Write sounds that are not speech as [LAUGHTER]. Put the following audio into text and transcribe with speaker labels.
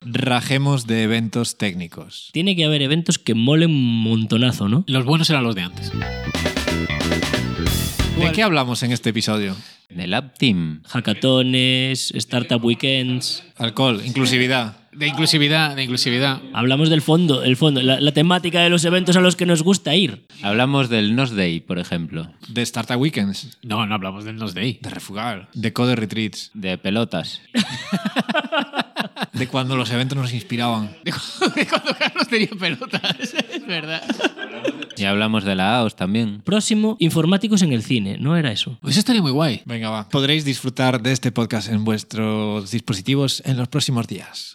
Speaker 1: rajemos de eventos técnicos.
Speaker 2: Tiene que haber eventos que molen un montonazo, ¿no?
Speaker 3: Los buenos eran los de antes.
Speaker 1: ¿De qué hablamos en este episodio?
Speaker 4: Del App Team.
Speaker 2: Hackatones, Startup Weekends.
Speaker 1: Alcohol, inclusividad.
Speaker 3: De inclusividad, de inclusividad.
Speaker 2: Hablamos del fondo, el fondo, la, la temática de los eventos a los que nos gusta ir.
Speaker 4: Hablamos del Nos Day, por ejemplo.
Speaker 1: De Startup Weekends.
Speaker 3: No, no hablamos del Nos Day.
Speaker 1: De
Speaker 3: [LAUGHS]
Speaker 1: Refugal. De Code Retreats.
Speaker 4: De pelotas.
Speaker 1: De cuando los eventos nos inspiraban.
Speaker 3: De cu- de cuando Carlos tenía pelotas, es verdad.
Speaker 4: Y hablamos de la AOS también.
Speaker 2: Próximo, informáticos en el cine, no era eso.
Speaker 3: Pues eso estaría muy guay.
Speaker 1: Venga, va. Podréis disfrutar de este podcast en vuestros dispositivos en los próximos días.